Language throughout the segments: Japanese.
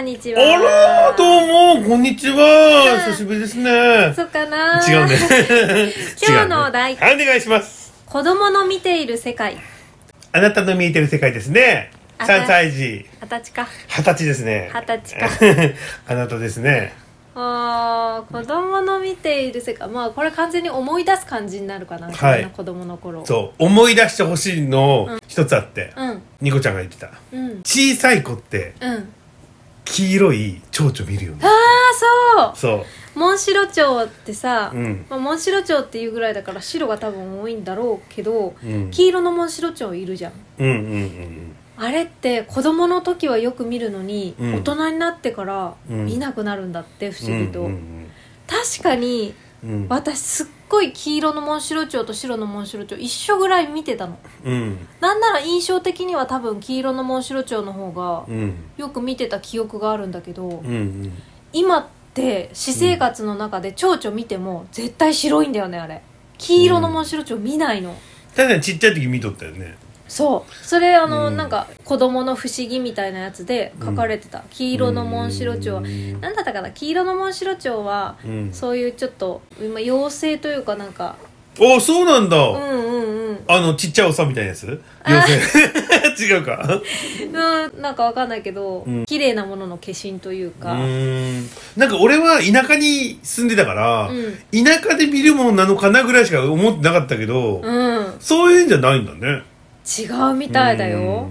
んにちはあらーどうもこんにちはうん久しぶりですねそうかな違うね 今日のお題違うねはいお願いします子供の見ている世界あなたの見えてる世界ですねあ3歳児二十歳か二十歳ですね二十歳か あなたですねあー子供の見ている世界まあこれ完全に思い出す感じになるかな、は自い分の子供の頃そう思い出してほしいの一つあって、うんニコちゃんが言ってたうん小さい子ってうん黄色い蝶々見るよねああそそううモンシロチョウってさ、うんまあ、モンシロチョウっていうぐらいだから白が多分多いんだろうけど、うん黄色のモンシロチョウいるじゃんうんうんうんあれって子供の時はよく見るのに、うん大人になってからうん見なくなるんだって不う思ん議と、うん確かにうん私すっごい黄色のモンシロチョウと白のモンシロチョウ一緒ぐらい見てたのうんなんなら印象的には多分黄色のモンシロチョウの方がうんよく見てた記憶があるんだけどうんうん今って私生活の中で蝶々見ても絶対白いんだよねあれ黄色のモンシロチョウ見ないの確かにちっちゃい時見とったよねそうそれあの、うんなんか子供の不思議みたいなやつで書かれてた、黄色のモンシロチョウはうんなんだったかな黄色のモンシロチョウは、うんそういうちょっと今妖精というかなんかおそうなんだ、うんうんうんあのちっちゃいおっさんみたいなやつあ妖精 違うかうん、なんかわかんないけど、うん綺麗なものの化身といううか、ーんなんか俺は田舎に住んでたから、うん田舎で見るものなのかなぐらいしか思ってなかったけど、うん、そういうんじゃないんだね違うみたいだよ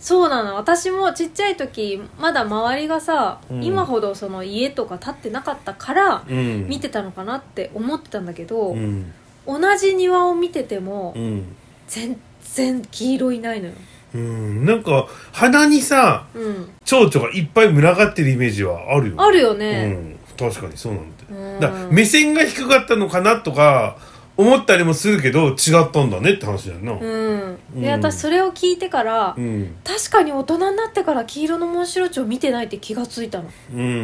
そうなの私もちっちゃい時まだ周りがさ、うん今ほどその家とか建ってなかったからうん見てたのかなって思ってたんだけど、うん同じ庭を見ててもうん、全然黄色いないのようん、なんか鼻にさうん蝶々がいっぱい群がってるイメージはあるよねあるようね、ん、確かにそうなんだようんだから目線が低かったのかなとか思ったりもするけど違ったんだねって話だよな、うんうんで私それを聞いてから、うん、確かに大人になってから黄色のモンシロチョウ見てないって気がついたのうんうんう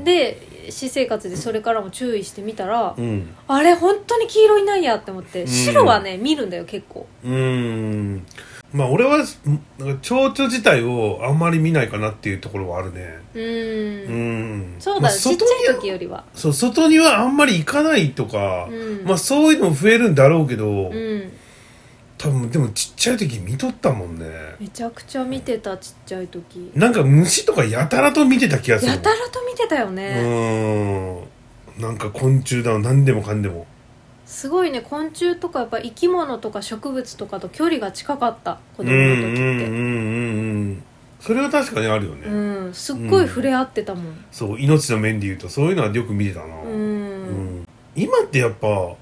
んで私生活でそれからも注意してみたら、うんうんあれ本当に黄色いないやって思って、ん白はね見るんだよ結構うんまあ俺はなんか蝶々自体をあんまり見ないかなっていうところはあるねう、うんんそうまだあね、ちっち外ゃいに時よりはそう外にはあんまり行かないとか、うんまあそういうのも増えるんだろうけど、うん多分でもちっちゃい時見とったもんねめちゃくちゃ見てたちっちゃい時なんか虫とかやたらと見てた気がするやたらと見てたよね、うんなんか昆虫だ何でもかんでもすごいね昆虫とかやっぱ生き物とか植物とかと距離が近かった子うん供うのん時っうてんうんうんそれは確かにあるよね、うん、すっごい触れ合ってたもんそう命の面で言うとそういうのはよく見てたな、うん、うん今ってやっぱ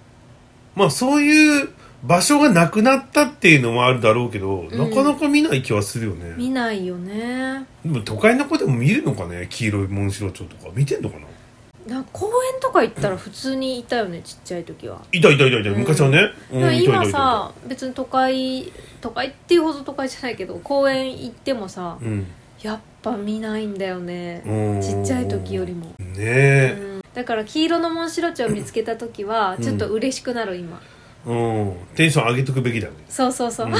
まあそういう場所がなくなったっていうのもあるだろうけど、んなかなか見ない気はするよね見ないよねでも都会の子でも見るのかね黄色いモンシロチョウとか見てんのかななんか公園とか行ったら普通にいたよねちっちゃい時はいたいたいたいたうん昔はね、うんでもいたいた今いたさ別に都会都会っていうほど都会じゃないけど公園行ってもさいたうんやっぱ見ないんだよねうんちっちゃい時よりもねえ、だから黄色のモンシロチョウ見つけた時はうんちょっと嬉しくなる今うん、テンション上げとくべきだね。そうそうそう、あ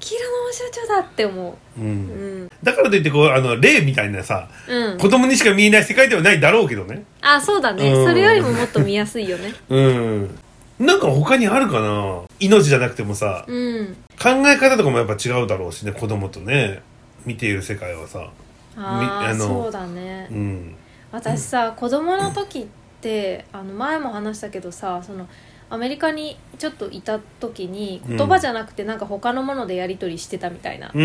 黄色のモンシロチョウだって思うんうううんんだからといってこうあの霊みたいなさうん子供にしか見えない世界ではないだろうけどねあそうだねうんそれよりももっと見やすいよねうんなんか他にあるかな命じゃなくてもさうん考え方とかもやっぱ違うだろうしね子供とね見ている世界はさあみああのそうだねうん私さ子供の時ってあの前も話したけどさそのアメリカにちょっといた時にうん言葉じゃなくてなんか他のものでやり取りしてたみたいな、うんう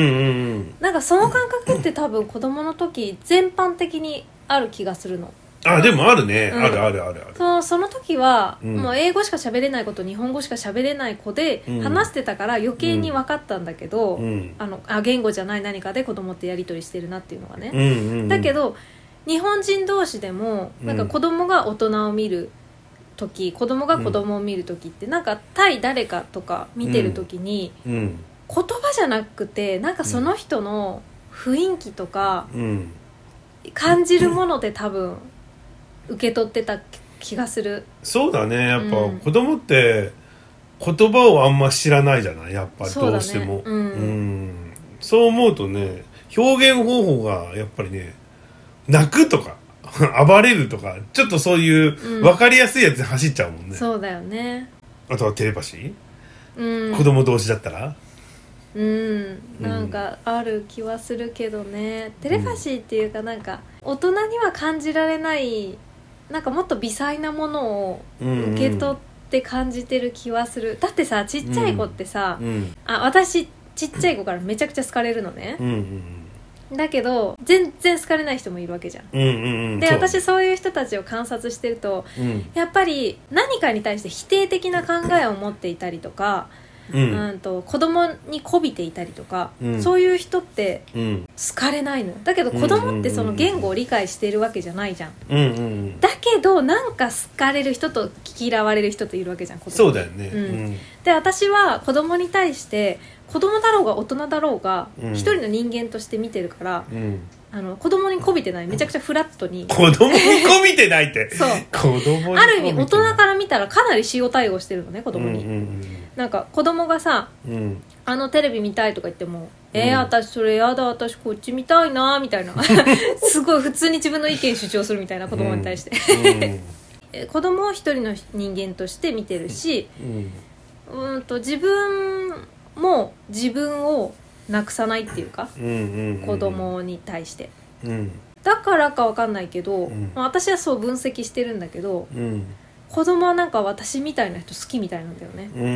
んなんかその感覚って多分子供の時全般的にある気がするのあでもあるね、うんあるあるあるあるそのその時は、うんもう英語しか喋れないこと日本語しか喋れない子でうん話してたから余計に分かったんだけど、うんあのあ言語じゃない何かで子供ってやり取りしてるなっていうのがね、うんうんうんだけど日本人同士でもうんなんか子供が大人を見る時、子供が子供を見る時ってなんか対誰かとか見てる時に、うん言葉じゃなくてなんかその人の雰囲気とかうん感じるもので多分受け取ってた気がするそうだねやっぱ、うん子供って言葉をあんま知らないじゃないやっぱそうだねどうしてもうんんそう思うとね表現方法がやっぱりね泣くとか 暴れるとかちょっとそういううん分かりやすいやつで走っちゃうもんね、そうだよねあとはテレパシー、うん子供同士だったらうんなんかある気はするけどねテレパシーっていうかなんか大人には感じられないなんかもっと微細なものをうん受け取って感じてる気はする、だってさちっちゃい子ってさ、うんあ私ちっちゃい子からめちゃくちゃ好かれるのねう、んだけど全然好かれない人もいるわけじゃんうんうんうんうんでそう私そういう人たちを観察してるとうんやっぱり何かに対して否定的な考えを持っていたりとか、ううんん、と子供に媚びていたりとか、うんそういう人ってうん好かれないのよだけど子供ってその言語を理解しているわけじゃないじゃんうんうんうんだけどなんか好かれる人と嫌われる人といるわけじゃん子供そうだよねうんで私は子供に対して子供だろうが大人だろうがうん一人の人間として見てるから、うん、うん、あの子供に媚びてないめちゃくちゃフラットに子供にこびてないってそう子供にある意味大人らから見たらかなり塩対応してるのね子供に、うんなんか子供がさうんうん「あのテレビ見たい」とか言っても「えうー、ん私それやだ私こっち見たいな」みた いなすごい普通に自分の意見主張するみたいな子供に対して、え子供を一人の人間として見てるし、うんうんうーんと自分も自分をなくさないっていうかうんうんうん子供に対してうんだからかわかんないけど、うんまあ、私はそう分析してるんだけどうん子供はなんか私みたいな人好きみたいなんだよね、うんうんうう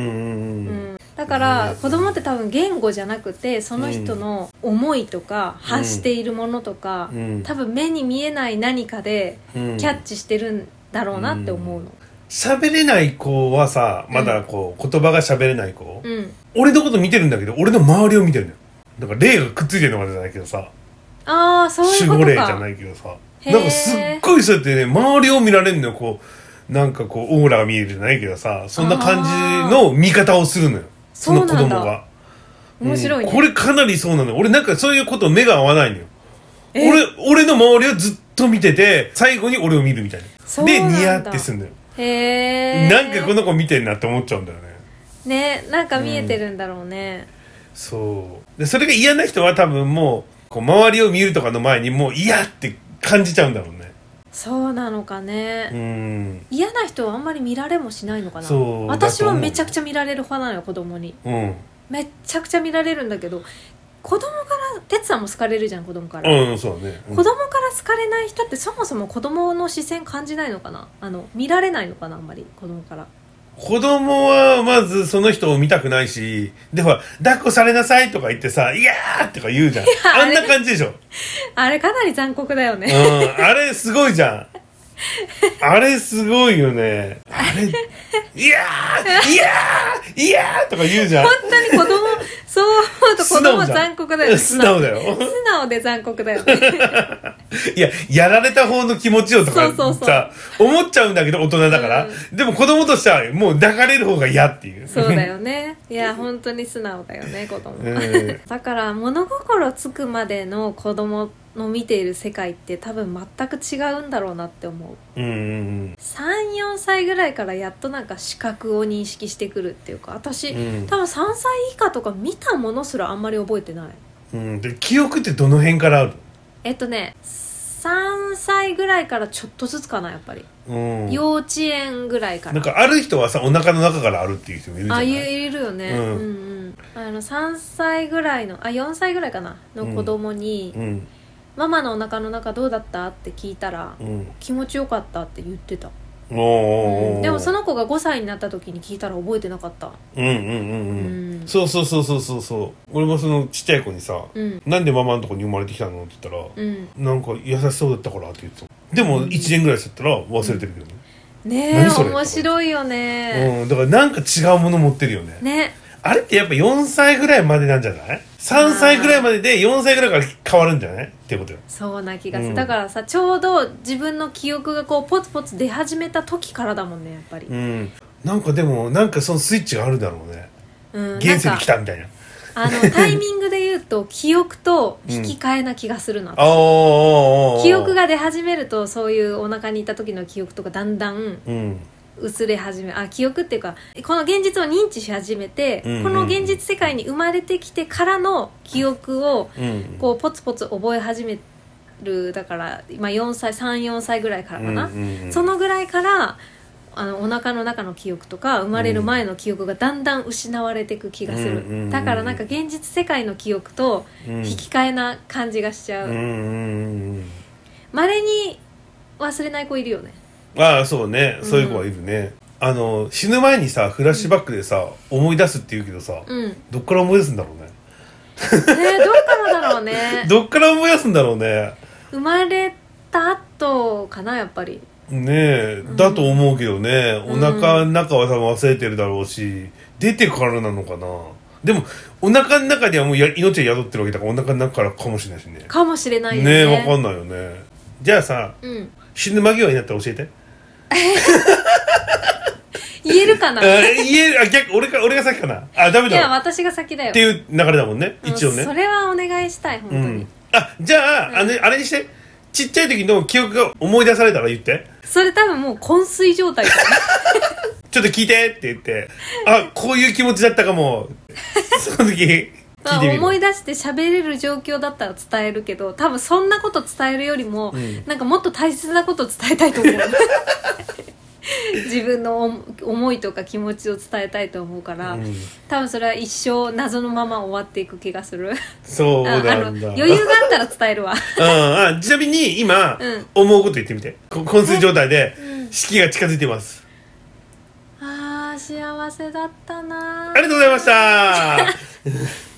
んん、だから子供って多分言語じゃなくてその人の思いとかん発しているものとか、うん多分目に見えない何かでうんキャッチしてるんだろうなって思うの喋れない子はさまだこう言葉が喋れない子うん、俺のこと見てるんだけど俺の周りを見てるのよだから霊がくっついてるのかじゃないけどさああそういうこ守護と霊じゃかないけどさへーなんかすっごいそうやってね周りを見られるのよこうなんかこうオーラが見えるじゃないけどさそんな感じの見方をするのよその子そう供なんが面白いね、うんこれかなりそうなのよ俺なんかそういうこと目が合わないのよえ俺俺の周りをずっと見てて最後に俺を見るみたいそなうでなんだニヤってすんのよ、へえなんかこの子見てんなって思っちゃうんだよねねなんか見えてるんだろうね、そうでそれが嫌な人は多分もうこう周りを見るとかの前にもう嫌って感じちゃうんだろうねそうなのかね、うん嫌な人はあんまり見られもしないのかなそう私はだと思うめちゃくちゃ見られる派なのよ子供にうんめっちゃくちゃ見られるんだけど子供から哲さんも好かれるじゃん子供から、うんそうだねうん子供から好かれない人ってそもそも子供の視線感じないのかなあの見られないのかなあんまり子供から子供はまずその人を見たくないしでほら抱っこされなさいとか言ってさ「いやー!」とか言うじゃんやあんな感じでしょあれかなり残酷だようね、ん、あれすごいじゃん。あれすごいよね。あれ、いやーいやーいやーとか言うじゃん。本当に子供そう思うと子供素直じゃん残酷だよね素直だよ。素直で残酷だよねいや、やられた方の気持ちをとかそうそうそうさ、思っちゃうんだけど、大人だから。でも子供としては、もう抱かれる方が嫌っていう。そうだよねいや本当に素直だよね子供うんだから物心つくまでの子供の見ている世界って多分全く違うんだろうなって思う うんうん34歳ぐらいからやっとなんか視覚を認識してくるっていうか私、うん多分3歳以下とか見たものすらあんまり覚えてないうん。うん。で、記憶ってどの辺からあるえっとね3歳ぐらいからちょっとずつかなやっぱり、うん。幼稚園ぐらいかならんかある人はさ、お腹の中からあるっていう人もいるじゃあないいいるよね、う、うんんうんあの3歳ぐらいのあ4歳ぐらいかなの子供に、うん。ママのお腹の中どうだった?」って聞いたらうん。 「気持ちよかった」って言ってた、おーおーおーでもその子が5歳になった時に聞いたら覚えてなかったうんうんうんうん、うんそうそうそうそうそうそう俺もそのちっちゃい子にさうん「なんでママのとこに生まれてきたの?」って言ったら「うんなんか優しそうだったから」って言ってたでも1年ぐらい経ったら忘れてるけどね、ねえ何それ面白いよね、うんだからなんか違うもの持ってるよねねあれってやっぱ4歳ぐらいまでなんじゃない ?3 歳ぐらいまでで4歳ぐらいから変わるんじゃないっていうことよそうな気がする、うんだからさちょうど自分の記憶がこうポツポツ出始めた時からだもんねやっぱりうんなんかでもなんかそのスイッチがあるだろうねうん、な現ん世かに来たみたいなあのタイミングで言うと記憶と引き換えな気がするな、あーあーあーあー記憶が出始めるとそういうお腹にいた時の記憶とかだんだんうん薄れ始めあ記憶っていうかこの現実を認知し始めて、うんうんこの現実世界に生まれてきてからの記憶をうんこうポツポツ覚え始めるだから、まあ、4歳34歳ぐらいからかな、うんうんうんそのぐらいからあのお腹の中の記憶とか生まれる前の記憶がだんだん失われていく気がする、うんうんうんだからなんか現実世界の記憶とうん引き換えな感じがしちゃううんうんうんまれ、に忘れない子いるよねああそうねそういう子はいるね、あの死ぬ前にさフラッシュバックでさ思い出すって言うけどさ、うんねどっから思い出すんだろうねどうからだろうねどっから思い出すんだろうね生まれた後かなやっぱりねえ、だと思うけどねおん腹の中は多分忘れてるだろうし出てからなのかなでもお腹の中にはもうや命は宿ってるわけだからお腹の中からかもしれないしねかもしれないよねえねわかんないよねじゃあさうん、死ぬ間際になったら教えて言えるかなあ言えるあ逆俺か俺が先かなあダメいやだっ私が先だよていう流れだもんね一応もうそねれはお願いしたい本当うに、んあじゃあ、あれあれにしてちっちゃい時の記憶が思い出されたら言ってそれ多分もう昏睡状態だよねちょっと聞いてって言って、あ、こういう気持ちだったか も。その時、聞いてまあみる。思い出して喋れる状況だったら伝えるけど多分そんなこと伝えるよりも、んなんかもっと大切なことを伝えたいと思う 自分の思思いとか気持ちを伝えたいと思うから、うん多分それは一生謎のまま終わっていく気がするそうああなのんだ。余裕があったら伝えるわ うんうんちなみに今、うん思うこと言ってみて。こ昏睡状態で、式が近づいてます。あー幸せだったなありがとうございました。